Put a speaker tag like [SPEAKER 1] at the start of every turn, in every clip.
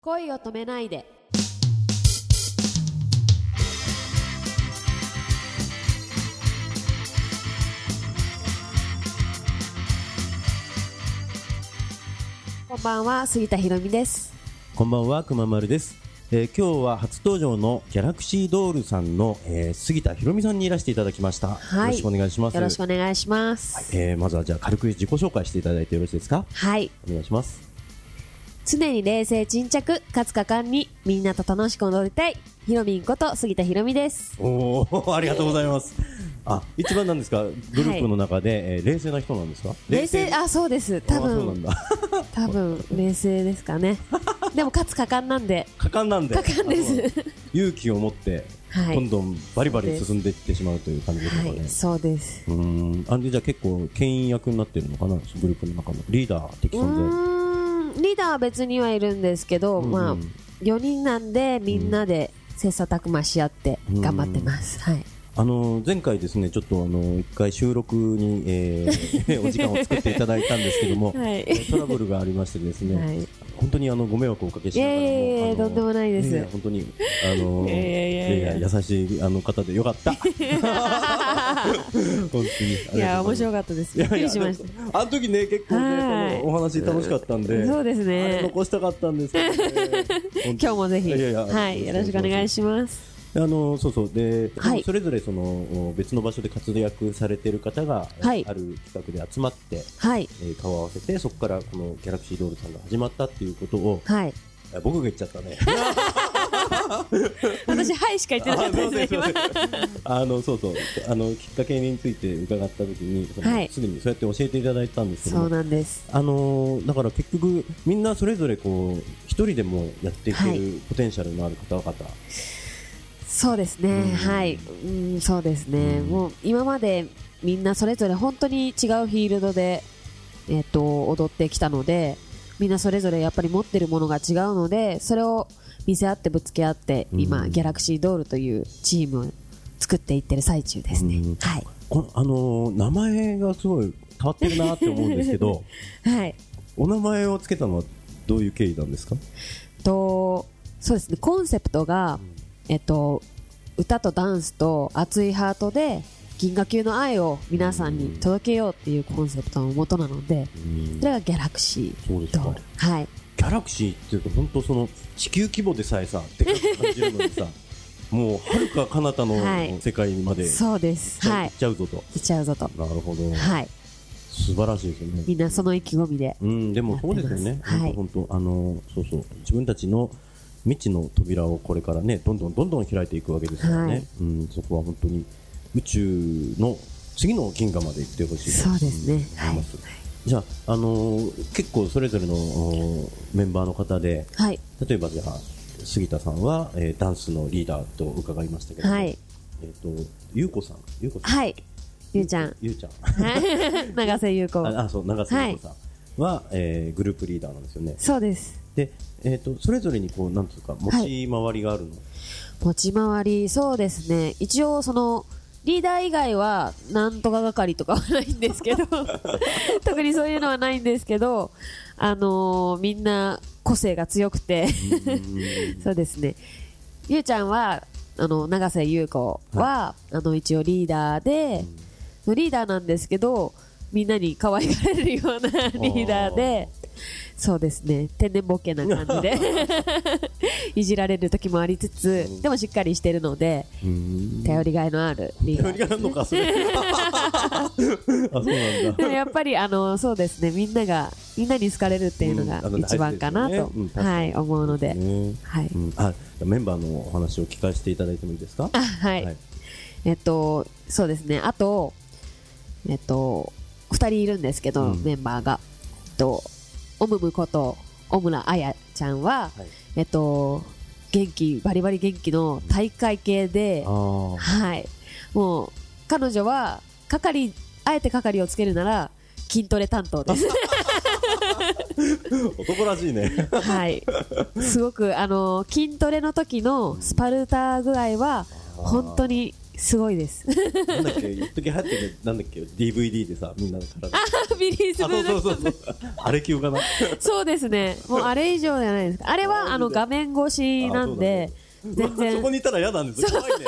[SPEAKER 1] 恋を止めないでこんばんは杉田ひろみです
[SPEAKER 2] こんばんは、くままるです。えー今日は初登場のギャラクシードールさんの、えー杉田ひろみさんにいらしていただきました。
[SPEAKER 1] はい
[SPEAKER 2] よろしくお願いします。
[SPEAKER 1] よろしくお願いします
[SPEAKER 2] えーまずはじゃあ軽く自己紹介していただいてよろしいですか
[SPEAKER 1] はい
[SPEAKER 2] お願いします。
[SPEAKER 1] 常に冷静沈着かつ果敢にみんなと楽しく踊りたいひろみんこと杉田ひろみです
[SPEAKER 2] おお、ありがとうございます。あ、一番なんですか、グループの中で、えー冷静な人なんですか
[SPEAKER 1] 冷静あそうです多
[SPEAKER 2] あそうなん
[SPEAKER 1] 分
[SPEAKER 2] だ。
[SPEAKER 1] 多分冷静ですか ねでもかつ果敢なんで
[SPEAKER 2] 果敢なんで。
[SPEAKER 1] 果敢です
[SPEAKER 2] あそうなんだ勇気を持って、
[SPEAKER 1] はい
[SPEAKER 2] どんどんバリバリ進んでいってしまうという感じですか
[SPEAKER 1] は
[SPEAKER 2] ね。
[SPEAKER 1] いそうです
[SPEAKER 2] うーんあでじゃあ結構牽引役になってるのかなグループの中のリーダー的
[SPEAKER 1] う
[SPEAKER 2] 存
[SPEAKER 1] ーんリーダーは別にはいるんですけど、
[SPEAKER 2] ん
[SPEAKER 1] まあ4人なんでみんなで切磋琢磨し合って頑張ってます、は い
[SPEAKER 2] 在あの前回ですねちょっとあの一回収録に、えー お時間を作っていただいたんですけども、
[SPEAKER 1] はい
[SPEAKER 2] えートラブルがありましてですね、
[SPEAKER 1] はい
[SPEAKER 2] 本当にあのご迷惑をおかけしながらも
[SPEAKER 1] いえいえいえ
[SPEAKER 2] あの
[SPEAKER 1] とんでもないです
[SPEAKER 2] やや本当にあの
[SPEAKER 1] いやいやいやいや
[SPEAKER 2] いやいや優しいあの方でよかった 本当に
[SPEAKER 1] いや面白かったですびっくりしました
[SPEAKER 2] いやいやあの時ね結構
[SPEAKER 1] は
[SPEAKER 2] ね
[SPEAKER 1] い
[SPEAKER 2] そのお話楽しかったんで
[SPEAKER 1] そうですね
[SPEAKER 2] あれ残したかったんですけ どね今
[SPEAKER 1] 今日もぜひ
[SPEAKER 2] いやいや
[SPEAKER 1] はいよろしくお願いします
[SPEAKER 2] あのそうそうで、
[SPEAKER 1] はい
[SPEAKER 2] それぞれその別の場所で活躍されてる方が、
[SPEAKER 1] はい
[SPEAKER 2] ある企画で集まって、
[SPEAKER 1] はい
[SPEAKER 2] えー顔を合わせてそこからこのギャラクシードールさんが始まったっていうことを、
[SPEAKER 1] はい
[SPEAKER 2] あ僕が言っちゃった ね。
[SPEAKER 1] 私はいしか言ってなか
[SPEAKER 2] あ
[SPEAKER 1] っ
[SPEAKER 2] すい
[SPEAKER 1] た
[SPEAKER 2] ませ
[SPEAKER 1] です
[SPEAKER 2] んすい
[SPEAKER 1] ね
[SPEAKER 2] ま
[SPEAKER 1] 今
[SPEAKER 2] せんあのそうそうあのきっかけについて伺った時にその、
[SPEAKER 1] はい
[SPEAKER 2] すでにそうやって教えていただいたんですけど
[SPEAKER 1] そう
[SPEAKER 2] も
[SPEAKER 1] なんです
[SPEAKER 2] あのーだから結局みんなそれぞれこう一人でもやっていけ
[SPEAKER 1] はい
[SPEAKER 2] るポテンシャルのある方々、
[SPEAKER 1] そうですね、
[SPEAKER 2] うん
[SPEAKER 1] はい、うん、そうですね、
[SPEAKER 2] うん
[SPEAKER 1] もう今までみんなそれぞれ本当に違うフィールドで、えっと踊ってきたのでみんなそれぞれやっぱり持ってるものが違うのでそれを見せ合ってぶつけ合って今、
[SPEAKER 2] うん
[SPEAKER 1] ギャラクシードールというチームを作っていってる最中ですね、
[SPEAKER 2] うん
[SPEAKER 1] はい、
[SPEAKER 2] このあのー名前がすごい変わってるなって思うんですけ ど
[SPEAKER 1] はい、
[SPEAKER 2] お名前をつけたのはどういう経緯なんですか
[SPEAKER 1] とそうですねコンセプトが、えっと、歌とダンスと熱いハートで銀河級の愛を皆さんに届けようっていうコンセプトのもとなのでそれがギャラクシー
[SPEAKER 2] そうです
[SPEAKER 1] ド
[SPEAKER 2] か
[SPEAKER 1] ールはい
[SPEAKER 2] ギャラクシーっていうと本当その地球規模でさえさでかく感じるの にさもう遥か彼方
[SPEAKER 1] はい
[SPEAKER 2] の世界まで行っ
[SPEAKER 1] そうです
[SPEAKER 2] ちゃ
[SPEAKER 1] はい
[SPEAKER 2] 行っちゃうぞと、
[SPEAKER 1] 行っちゃうぞと
[SPEAKER 2] なるほど、
[SPEAKER 1] はい
[SPEAKER 2] 素晴らしいですよね
[SPEAKER 1] みんなその意気込みで
[SPEAKER 2] うん、でもそうですよね。
[SPEAKER 1] はい
[SPEAKER 2] 本当、本当あの、そうそう、自分たちの未知の扉をこれからね、どんどんどんどん開いていくわけですからね。
[SPEAKER 1] はい
[SPEAKER 2] うん、そこは本当に宇宙の次の銀河まで行ってほしいな
[SPEAKER 1] そうですね
[SPEAKER 2] うん思いますじゃあ、あのー結構それぞれのおーメンバーの方で、
[SPEAKER 1] はい
[SPEAKER 2] 例えばじゃあ、杉田さんは、えーダンスのリーダーと伺いましたけども、
[SPEAKER 1] はい
[SPEAKER 2] えっ、と、ゆうこさん、ゆうこさん、
[SPEAKER 1] はいゆうちゃん
[SPEAKER 2] ゆうちゃん。
[SPEAKER 1] はい永瀬優子
[SPEAKER 2] ああそう長瀬優子さんは、えーグループリーダーなんですよね
[SPEAKER 1] そうです
[SPEAKER 2] で、えー、とそれぞれにこうなんていうか持ち回りがあるの、
[SPEAKER 1] 持ち回りそうですね一応そのリーダー以外はなんとか係とかはないんです けど特にそういうのはないんですけどあのーみんな個性が強くてそうですねゆうちゃんはあの永瀬優子は、あの一応リーダーで、リーダーなんですけどみんなに可愛がられるようなリーダーでそうですね天然ボケな感じ で いじられる時もありつつ、でもしっかりしてるので
[SPEAKER 2] うん
[SPEAKER 1] 頼りがいのあるリーダ
[SPEAKER 2] 何
[SPEAKER 1] ー
[SPEAKER 2] があるのかそれあそうなんだ
[SPEAKER 1] でもやっぱりあのそうですねみんながみんなに好かれるっていうのが
[SPEAKER 2] うん
[SPEAKER 1] 一番かなと、
[SPEAKER 2] うん確かに
[SPEAKER 1] はい思うので、
[SPEAKER 2] ね
[SPEAKER 1] はい、
[SPEAKER 2] うん、あじゃあメンバーのお話を聞かせていただいてもいいですか
[SPEAKER 1] あはい、
[SPEAKER 2] はい
[SPEAKER 1] えっとそうですねあとえっと2人いるんですけど、
[SPEAKER 2] うん
[SPEAKER 1] メンバーが、えっと、オムムこと小村彩ちゃんは、
[SPEAKER 2] はい
[SPEAKER 1] えっと元気バリバリ元気の大会系で
[SPEAKER 2] あ、ー
[SPEAKER 1] はい、もう彼女は係あえて係をつけるなら筋トレ担当 です
[SPEAKER 2] 男らしいね
[SPEAKER 1] はい、すごくあの筋トレの時のスパルタ具合は本当にすごいです。
[SPEAKER 2] なんだっけ、一時流行ってる、なんだっけ、DVD でさ、みんなの体。あ、
[SPEAKER 1] ビリーズ
[SPEAKER 2] そう
[SPEAKER 1] ブ
[SPEAKER 2] そ
[SPEAKER 1] の
[SPEAKER 2] うそうそう。あれ級かな。
[SPEAKER 1] そうですね。もうあれ以上じゃないですか。あれはあの画面越しなんで、全
[SPEAKER 2] そこ
[SPEAKER 1] 然
[SPEAKER 2] にいたら嫌なんですよ。怖いね。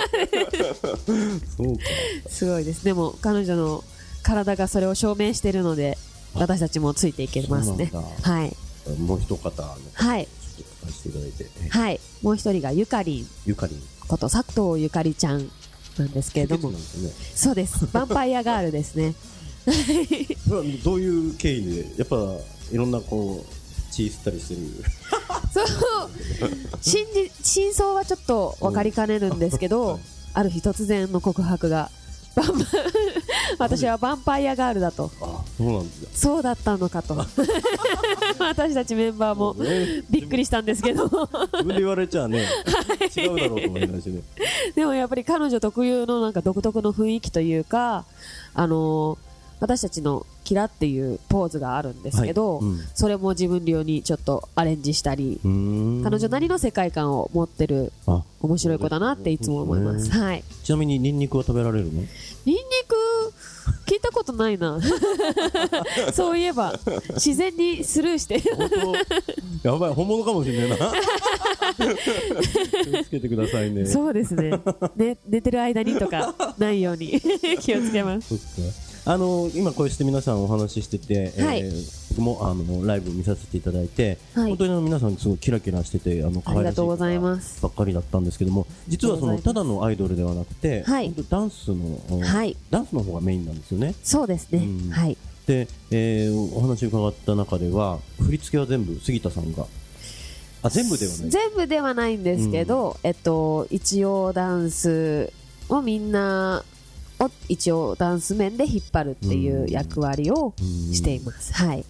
[SPEAKER 2] そうか。
[SPEAKER 1] すごいです。でも彼女の体がそれを証明しているので、私たちもついていけますね
[SPEAKER 2] そうなん。だ
[SPEAKER 1] はい。
[SPEAKER 2] もう一方、あの、ちょ
[SPEAKER 1] はい。
[SPEAKER 2] っと書かせていただいて、え
[SPEAKER 1] はい。もう一人がゆかりん
[SPEAKER 2] ゆかりん。
[SPEAKER 1] こと佐藤ゆかりちゃんなんですけれ ども
[SPEAKER 2] なん、ですね。
[SPEAKER 1] そうです。ヴァンパイアガールですね。
[SPEAKER 2] それはどういう経緯で、やっぱ、いろんなこう、血吸ったりしてる。
[SPEAKER 1] そう真実真相はちょっと分かりかねるんですけど、
[SPEAKER 2] うん
[SPEAKER 1] ある日突然の告白 がバンバン私はヴァンパイアガールだと
[SPEAKER 2] あ、そうなんですよ。
[SPEAKER 1] そうだったのか と私たちメンバーも
[SPEAKER 2] ね
[SPEAKER 1] びっくりしたんですけど
[SPEAKER 2] 自分で言われちゃあね、違うだろうと思いましてね。
[SPEAKER 1] でもやっぱり彼女特有のなんか独特の雰囲気というか、あのー私たちのキラっていうポーズがあるんですけど、
[SPEAKER 2] はいうん
[SPEAKER 1] それも自分流にちょっとアレンジしたり、
[SPEAKER 2] うーん
[SPEAKER 1] 彼女なりの世界観を持ってる
[SPEAKER 2] あ、
[SPEAKER 1] 面白い子だなっていつも思います。
[SPEAKER 2] そう
[SPEAKER 1] はい。
[SPEAKER 2] ちなみにニンニクは食べられる の
[SPEAKER 1] ニンニク、聞いたことない な。そういえば、自然にスルーして。
[SPEAKER 2] 本当やばい本物かもし れないな気をつけてくださいね
[SPEAKER 1] そうですねね。寝てる間にとか、ないよう に気をつけます。
[SPEAKER 2] そうっすねあの今こうして皆さんお話ししてて、
[SPEAKER 1] はい
[SPEAKER 2] えー僕もあのライブ見させていただいて、
[SPEAKER 1] はい
[SPEAKER 2] 本当にあの皆さんすごいキラキラしててあの可愛らしい
[SPEAKER 1] ありがとうございます
[SPEAKER 2] ばっかりだったんですけども実はそ
[SPEAKER 1] あ
[SPEAKER 2] の
[SPEAKER 1] りがと
[SPEAKER 2] た
[SPEAKER 1] うござ
[SPEAKER 2] だのアイドルではなくて、
[SPEAKER 1] はい
[SPEAKER 2] 本当ダンスの、お
[SPEAKER 1] はい
[SPEAKER 2] ダンスの方がメインなんですよね
[SPEAKER 1] そうです
[SPEAKER 2] う
[SPEAKER 1] ね
[SPEAKER 2] ん。
[SPEAKER 1] はい。
[SPEAKER 2] で、えーお話伺った中では振り付けは全部杉田さんがあ全部ではない
[SPEAKER 1] 全部ではないんですけど、えっと、一応ダンスをみんなを一応ダンス面で引っ張るっていう役割を
[SPEAKER 2] うん
[SPEAKER 1] しています。はい。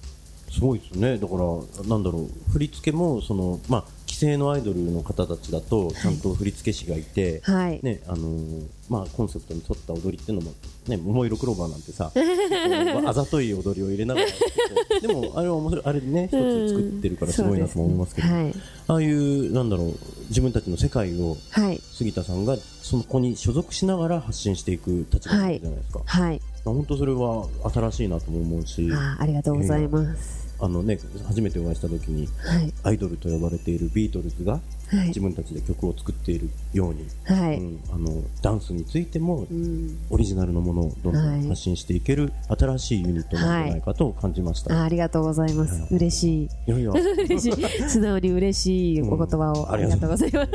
[SPEAKER 2] すごいですね、だから、なんだろう、振り付けもその、まあ、既成のアイドルの方たちだと、ちゃんと振り付け師がいて、
[SPEAKER 1] はい。
[SPEAKER 2] ねあのーまあ、コンセプトに沿った踊りっていうのも、ね、桃色クローバーなん てさ、こうあざとい踊りを入れながらやってて、でも、あれは面白い、あれね、一つ作ってるから、すごいなとも思いますけど、
[SPEAKER 1] うんそうですね
[SPEAKER 2] ああいう、なんだろう、自分たちの世界を、
[SPEAKER 1] はい。はい。
[SPEAKER 2] 杉田さんがそこに所属しながら発信していく立場じゃないですか、
[SPEAKER 1] はい。
[SPEAKER 2] 本当それは新しいなとも思うし、
[SPEAKER 1] あーありがとうございます。
[SPEAKER 2] あのね、初めてお会いした時に、
[SPEAKER 1] はい。
[SPEAKER 2] アイドルと呼ばれているビートルズが
[SPEAKER 1] はい
[SPEAKER 2] 自。分たちで曲を作っているように、
[SPEAKER 1] は
[SPEAKER 2] う
[SPEAKER 1] い。
[SPEAKER 2] ん、あのダンスについても
[SPEAKER 1] うん。
[SPEAKER 2] オリジナルのものをどんど
[SPEAKER 1] は
[SPEAKER 2] ん
[SPEAKER 1] い
[SPEAKER 2] 発信していける新しいユニットなんじゃないかと感じました。
[SPEAKER 1] あーありがとうございます。嬉しい。
[SPEAKER 2] い、や いや
[SPEAKER 1] 嬉し い。素直に嬉しいお言葉
[SPEAKER 2] うん
[SPEAKER 1] をありがとうございます。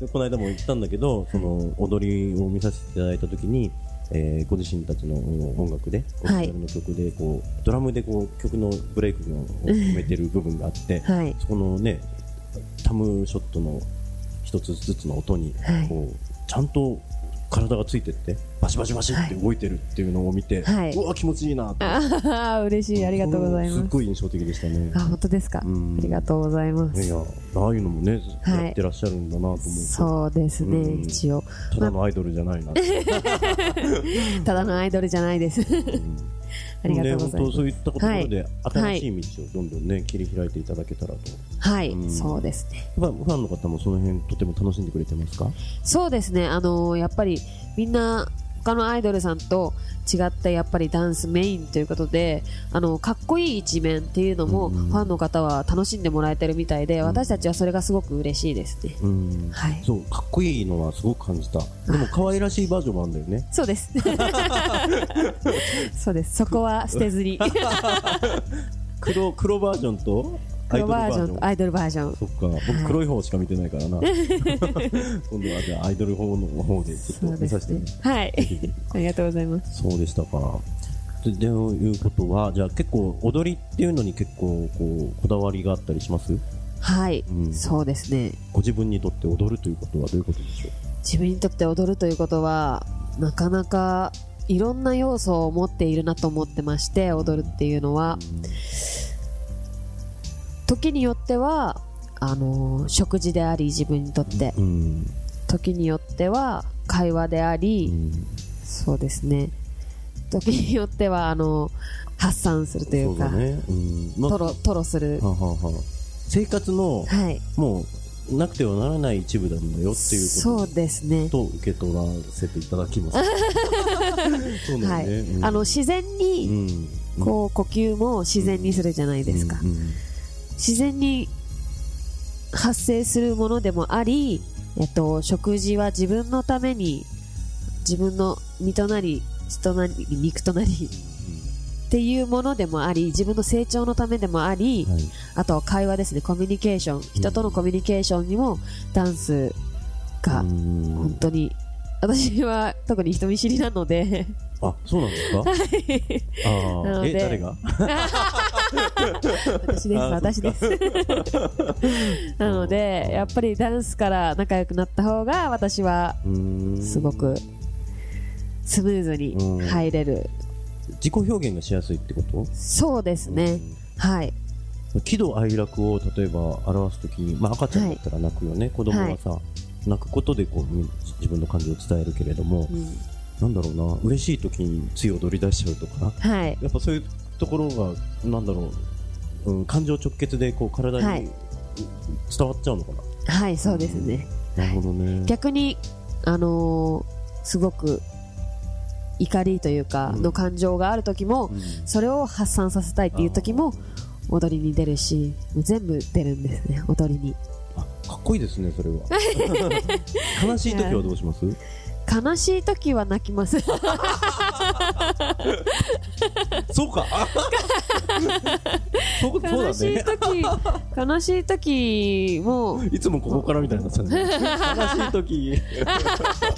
[SPEAKER 2] でこの間も言ったんだけどその踊りを見させていただいた時に、えーご自身たちの音楽でオリジ
[SPEAKER 1] はい
[SPEAKER 2] ナルの曲でこうドラムでこう曲のブレイクを埋めてる部分があって、
[SPEAKER 1] はい。
[SPEAKER 2] そこのね、タムショットの一つずつの音に、
[SPEAKER 1] はい
[SPEAKER 2] こう、ちゃんと体がついてって、バシバシバシって動いてるっていうのを見て、
[SPEAKER 1] はいう
[SPEAKER 2] わ、気持ちいいなって。
[SPEAKER 1] ああ、嬉しい。ありがとうござい
[SPEAKER 2] すっ
[SPEAKER 1] ます。
[SPEAKER 2] ごい印象的でしたね。
[SPEAKER 1] あ、本当ですか。あ
[SPEAKER 2] うん
[SPEAKER 1] りがとうございま
[SPEAKER 2] い
[SPEAKER 1] す。
[SPEAKER 2] や、ああいうのもね、
[SPEAKER 1] はい
[SPEAKER 2] やってらっしゃるんだなと思って、
[SPEAKER 1] そうです
[SPEAKER 2] うん
[SPEAKER 1] ね。一応。
[SPEAKER 2] ただのアイドルじゃないなって。
[SPEAKER 1] ただのアイドルじゃないです。
[SPEAKER 2] うん
[SPEAKER 1] ありがとうござい
[SPEAKER 2] ね本当
[SPEAKER 1] ます。
[SPEAKER 2] そういったことで、新しい道をどんどんね、切り開いていただけたらと。
[SPEAKER 1] はい
[SPEAKER 2] うん。
[SPEAKER 1] そうですね。
[SPEAKER 2] やっぱファンの方もその辺とても楽しんでくれてますか
[SPEAKER 1] そうですね、あのーやっぱりみんな他のアイドルさんと違ったやっぱりダンスメインということであのかっこいい一面っていうのも
[SPEAKER 2] うん
[SPEAKER 1] ファンの方は楽しんでもらえてるみたいで私たちはそれがすごく嬉しいですね。
[SPEAKER 2] うん
[SPEAKER 1] はい
[SPEAKER 2] そうかっこいいのはすごく感じたでも可愛らしいバージョンもあるんだよね
[SPEAKER 1] そう です。そうです。そこは捨てずに。
[SPEAKER 2] 黒黒バージョンとアイ
[SPEAKER 1] 黒
[SPEAKER 2] ドルバ
[SPEAKER 1] バー
[SPEAKER 2] ー
[SPEAKER 1] ジ
[SPEAKER 2] ジョ
[SPEAKER 1] ョ
[SPEAKER 2] ン
[SPEAKER 1] ンとアイドルバージョン。
[SPEAKER 2] そっか僕黒い方しか見てないから な今度はじゃあアイドル方の方でちょっと見させて
[SPEAKER 1] ね
[SPEAKER 2] みる。
[SPEAKER 1] はい。ありがとうございます。
[SPEAKER 2] そうでしたかでということはじゃあ結構踊りっていうのに結構こうこだわりがあったりします
[SPEAKER 1] はい、
[SPEAKER 2] うん
[SPEAKER 1] そうですね。
[SPEAKER 2] ご自分にとって踊るということはどういうことでしょ
[SPEAKER 1] 自分にとって踊るということはなかなかいろんな要素を持っているなと思ってまして踊るっていうのは時によってはあのー食事であり自分にとって
[SPEAKER 2] ううん
[SPEAKER 1] 時によっては会話であ
[SPEAKER 2] う
[SPEAKER 1] り
[SPEAKER 2] ん
[SPEAKER 1] そうですね時によってはあの発散するとい
[SPEAKER 2] そううだ
[SPEAKER 1] か
[SPEAKER 2] ねうんまあ
[SPEAKER 1] トロトロする
[SPEAKER 2] はあはあはあ生活の
[SPEAKER 1] はい
[SPEAKER 2] もうなくてはならない一部なんだよっていう
[SPEAKER 1] そ
[SPEAKER 2] こ
[SPEAKER 1] うですね
[SPEAKER 2] とと受け取らせていただ きます。そうな
[SPEAKER 1] は
[SPEAKER 2] ん
[SPEAKER 1] い
[SPEAKER 2] だよね。うん
[SPEAKER 1] あの自然
[SPEAKER 2] う
[SPEAKER 1] に
[SPEAKER 2] ん
[SPEAKER 1] こう呼吸も自然にするじゃないですか、
[SPEAKER 2] うんうん
[SPEAKER 1] 自然に発生するものでもあり、えっと、食事は自分のために自分の身となり血となり肉となりっていうものでもあり自分の成長のためでもあり、
[SPEAKER 2] はい
[SPEAKER 1] あとは会話ですねコミュニケーション人とのコミュニケーションにもダンスが
[SPEAKER 2] うん
[SPEAKER 1] 本当に、私は特に人見知りなので
[SPEAKER 2] あ、そうなんですか。
[SPEAKER 1] な
[SPEAKER 2] あ
[SPEAKER 1] の
[SPEAKER 2] あ、え、
[SPEAKER 1] で
[SPEAKER 2] 誰が。
[SPEAKER 1] 私です
[SPEAKER 2] あ
[SPEAKER 1] 私ですなのでやっぱりダンスから仲良くなった方が私は
[SPEAKER 2] うん
[SPEAKER 1] すごくスムーズに
[SPEAKER 2] うん
[SPEAKER 1] 入れる、
[SPEAKER 2] 自己表現がしやすいってこと。
[SPEAKER 1] そうですね、はい
[SPEAKER 2] 喜怒哀楽を例えば表すときに、まあ、赤ちゃんだったら泣くよね、子供はさ、泣くことでこうみ自分の感情を伝えるけれども、
[SPEAKER 1] うん
[SPEAKER 2] なんだろうな嬉しいときについ踊り出しちゃうとか
[SPEAKER 1] はい
[SPEAKER 2] やっぱそういうところがなんだろう、うん、感情直結でこう体
[SPEAKER 1] はい
[SPEAKER 2] に伝わっちゃうのかな、
[SPEAKER 1] はいそうですね
[SPEAKER 2] なるほどね
[SPEAKER 1] 逆にあのーすごく怒りというか
[SPEAKER 2] うん
[SPEAKER 1] の感情がある時も、
[SPEAKER 2] うん
[SPEAKER 1] それを発散させたいっていう時も踊りに出るしもう全部出るんですね踊りに
[SPEAKER 2] あかっこいいですねそ れは悲しいときはどうします
[SPEAKER 1] 悲しい時は泣きます
[SPEAKER 2] そ うかそうそう
[SPEAKER 1] 悲
[SPEAKER 2] だ
[SPEAKER 1] しい
[SPEAKER 2] ね
[SPEAKER 1] 時、悲しい時も
[SPEAKER 2] いつもここからみたいになっちゃうね悲しいとき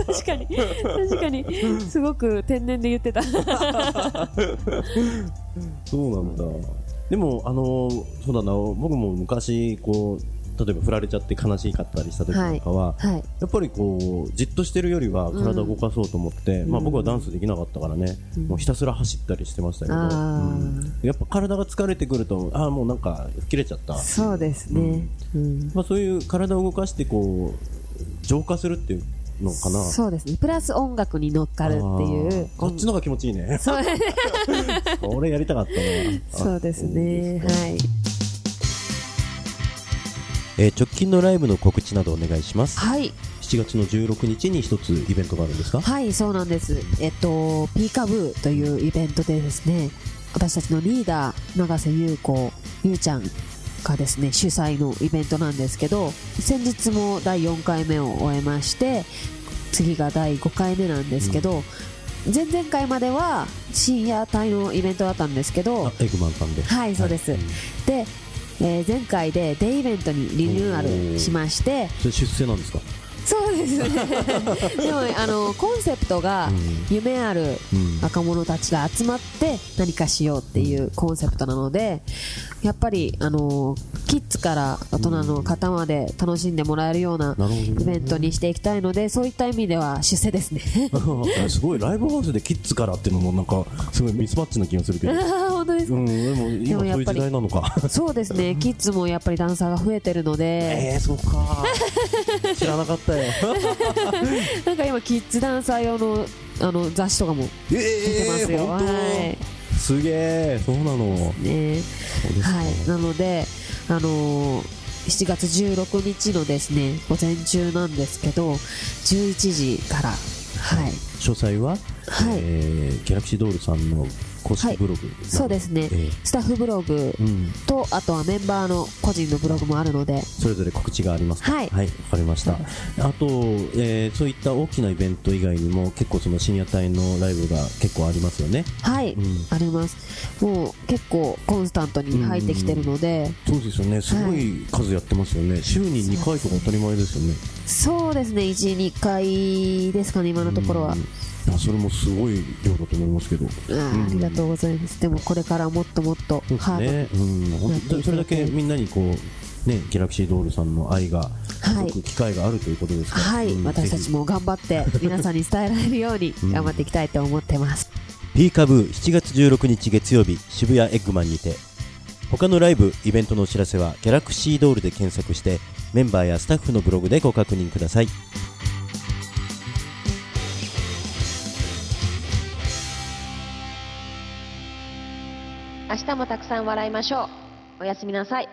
[SPEAKER 1] 確かに確かに すごく天然で言ってた
[SPEAKER 2] そうなんだ。でも、あのそうだな、僕も昔、こう、例えば振られちゃって悲しかったりした時なんかは、
[SPEAKER 1] はい
[SPEAKER 2] やっぱりこう、じっとしてるよりは体を動かそうと思って、
[SPEAKER 1] ん
[SPEAKER 2] まあ僕はダンスできなかったからね、
[SPEAKER 1] うん
[SPEAKER 2] もうひたすら走ったりしてましたけど、
[SPEAKER 1] あー
[SPEAKER 2] うんやっぱ体が疲れてくると、ああ、もうなんか、切れちゃった。
[SPEAKER 1] そうですね、うん
[SPEAKER 2] まあそういう体を動かして、こう、浄化するっていうのかな。
[SPEAKER 1] そうですねプラス音楽に乗っかるっていう
[SPEAKER 2] あーそっちの方が気持ちいい ね。
[SPEAKER 1] そう
[SPEAKER 2] 俺やりたかったな。
[SPEAKER 1] そうです
[SPEAKER 2] いい
[SPEAKER 1] ね
[SPEAKER 2] です
[SPEAKER 1] はい
[SPEAKER 2] えー直近のライブの告知などお願いします
[SPEAKER 1] はい
[SPEAKER 2] 7月の16日に一つイベントがあるんですか
[SPEAKER 1] はい、そうなんです。えっと、ピーカブーというイベントでですね、私たちのリーダー、永瀬優子、ゆうちゃんがですね、主催のイベントなんですけど、先日も第4回目を終えまして、次が第5回目なんですけど、前々回までは深夜帯のイベントだったんですけど
[SPEAKER 2] あ、エグマンさんでは
[SPEAKER 1] はい、そうです。
[SPEAKER 2] ん
[SPEAKER 1] で、えー前回でデイイベントにリニューアルしまして、
[SPEAKER 2] それ出世なんですか
[SPEAKER 1] そうですね でもあのコンセプトが
[SPEAKER 2] うん
[SPEAKER 1] 夢ある若者たちが集まって何かしようっていうコンセプトなのでやっぱりあのキッズから大人の方まで楽しんでもらえるような
[SPEAKER 2] なるほどね
[SPEAKER 1] イベントにしていきたいのでそういった意味では出世ですね
[SPEAKER 2] あすご いライブハウスでキッズからっていうのもなんかすごいミスマッチな気がするけ ど
[SPEAKER 1] あー本当です
[SPEAKER 2] う
[SPEAKER 1] か
[SPEAKER 2] んでも今
[SPEAKER 1] でも
[SPEAKER 2] そ
[SPEAKER 1] や
[SPEAKER 2] う
[SPEAKER 1] っ
[SPEAKER 2] いう
[SPEAKER 1] ぱ
[SPEAKER 2] 時
[SPEAKER 1] り
[SPEAKER 2] 代なのか
[SPEAKER 1] そうですねキッズもやっぱりダンサーが増えてるので
[SPEAKER 2] えー、そう か知らなかったよ
[SPEAKER 1] なんか今キッズダンサー用のあの雑誌とかも
[SPEAKER 2] え
[SPEAKER 1] 出てます
[SPEAKER 2] ー、
[SPEAKER 1] よ、
[SPEAKER 2] 本当、
[SPEAKER 1] はい
[SPEAKER 2] すげえそうなの
[SPEAKER 1] ね
[SPEAKER 2] そうですか
[SPEAKER 1] はい、なので、あのー7月16日のですね午前中なんですけど11時から、はい
[SPEAKER 2] 詳細は、
[SPEAKER 1] はい
[SPEAKER 2] えーギャラクシードールさんの公式ブログ、
[SPEAKER 1] そうですね、
[SPEAKER 2] えー
[SPEAKER 1] スタッフブログ
[SPEAKER 2] うん、
[SPEAKER 1] とあとはメンバーの個人のブログもあるので
[SPEAKER 2] それぞれ告知がありますか
[SPEAKER 1] はい
[SPEAKER 2] わかりました。あと、えーそういった大きなイベント以外にも、結構その深夜帯のライブが結構ありますよね。
[SPEAKER 1] はい、
[SPEAKER 2] うん
[SPEAKER 1] ありますもう結構コンスタントに入ってきてるので
[SPEAKER 2] そうですよね。すごい数やってますよね。週に2回とか当たり前ですよね。
[SPEAKER 1] そうですね12回ですかね今のところは、
[SPEAKER 2] うんあそれもすごい量だと思いますけど。
[SPEAKER 1] うんありがと
[SPEAKER 2] う
[SPEAKER 1] うございますでもこれからもっともっと
[SPEAKER 2] ん。そ
[SPEAKER 1] ハ
[SPEAKER 2] う
[SPEAKER 1] ー
[SPEAKER 2] です
[SPEAKER 1] ドに
[SPEAKER 2] ね。うん。本当にそれだけみんなにこう、ね、ギャラクシードールさんの愛が、
[SPEAKER 1] はい
[SPEAKER 2] 届く機会があるということですから。
[SPEAKER 1] はい、
[SPEAKER 2] うん
[SPEAKER 1] 私たちも頑張って 皆さんに伝えられるように頑張っていきたいと思ってます。
[SPEAKER 2] ピーカブー7月16日月曜日渋谷エッグマンにて他のライブイベントのお知らせはギャラクシードールで検索してメンバーやスタッフのブログでご確認ください
[SPEAKER 3] 明日もたくさん笑いましょうおやすみなさい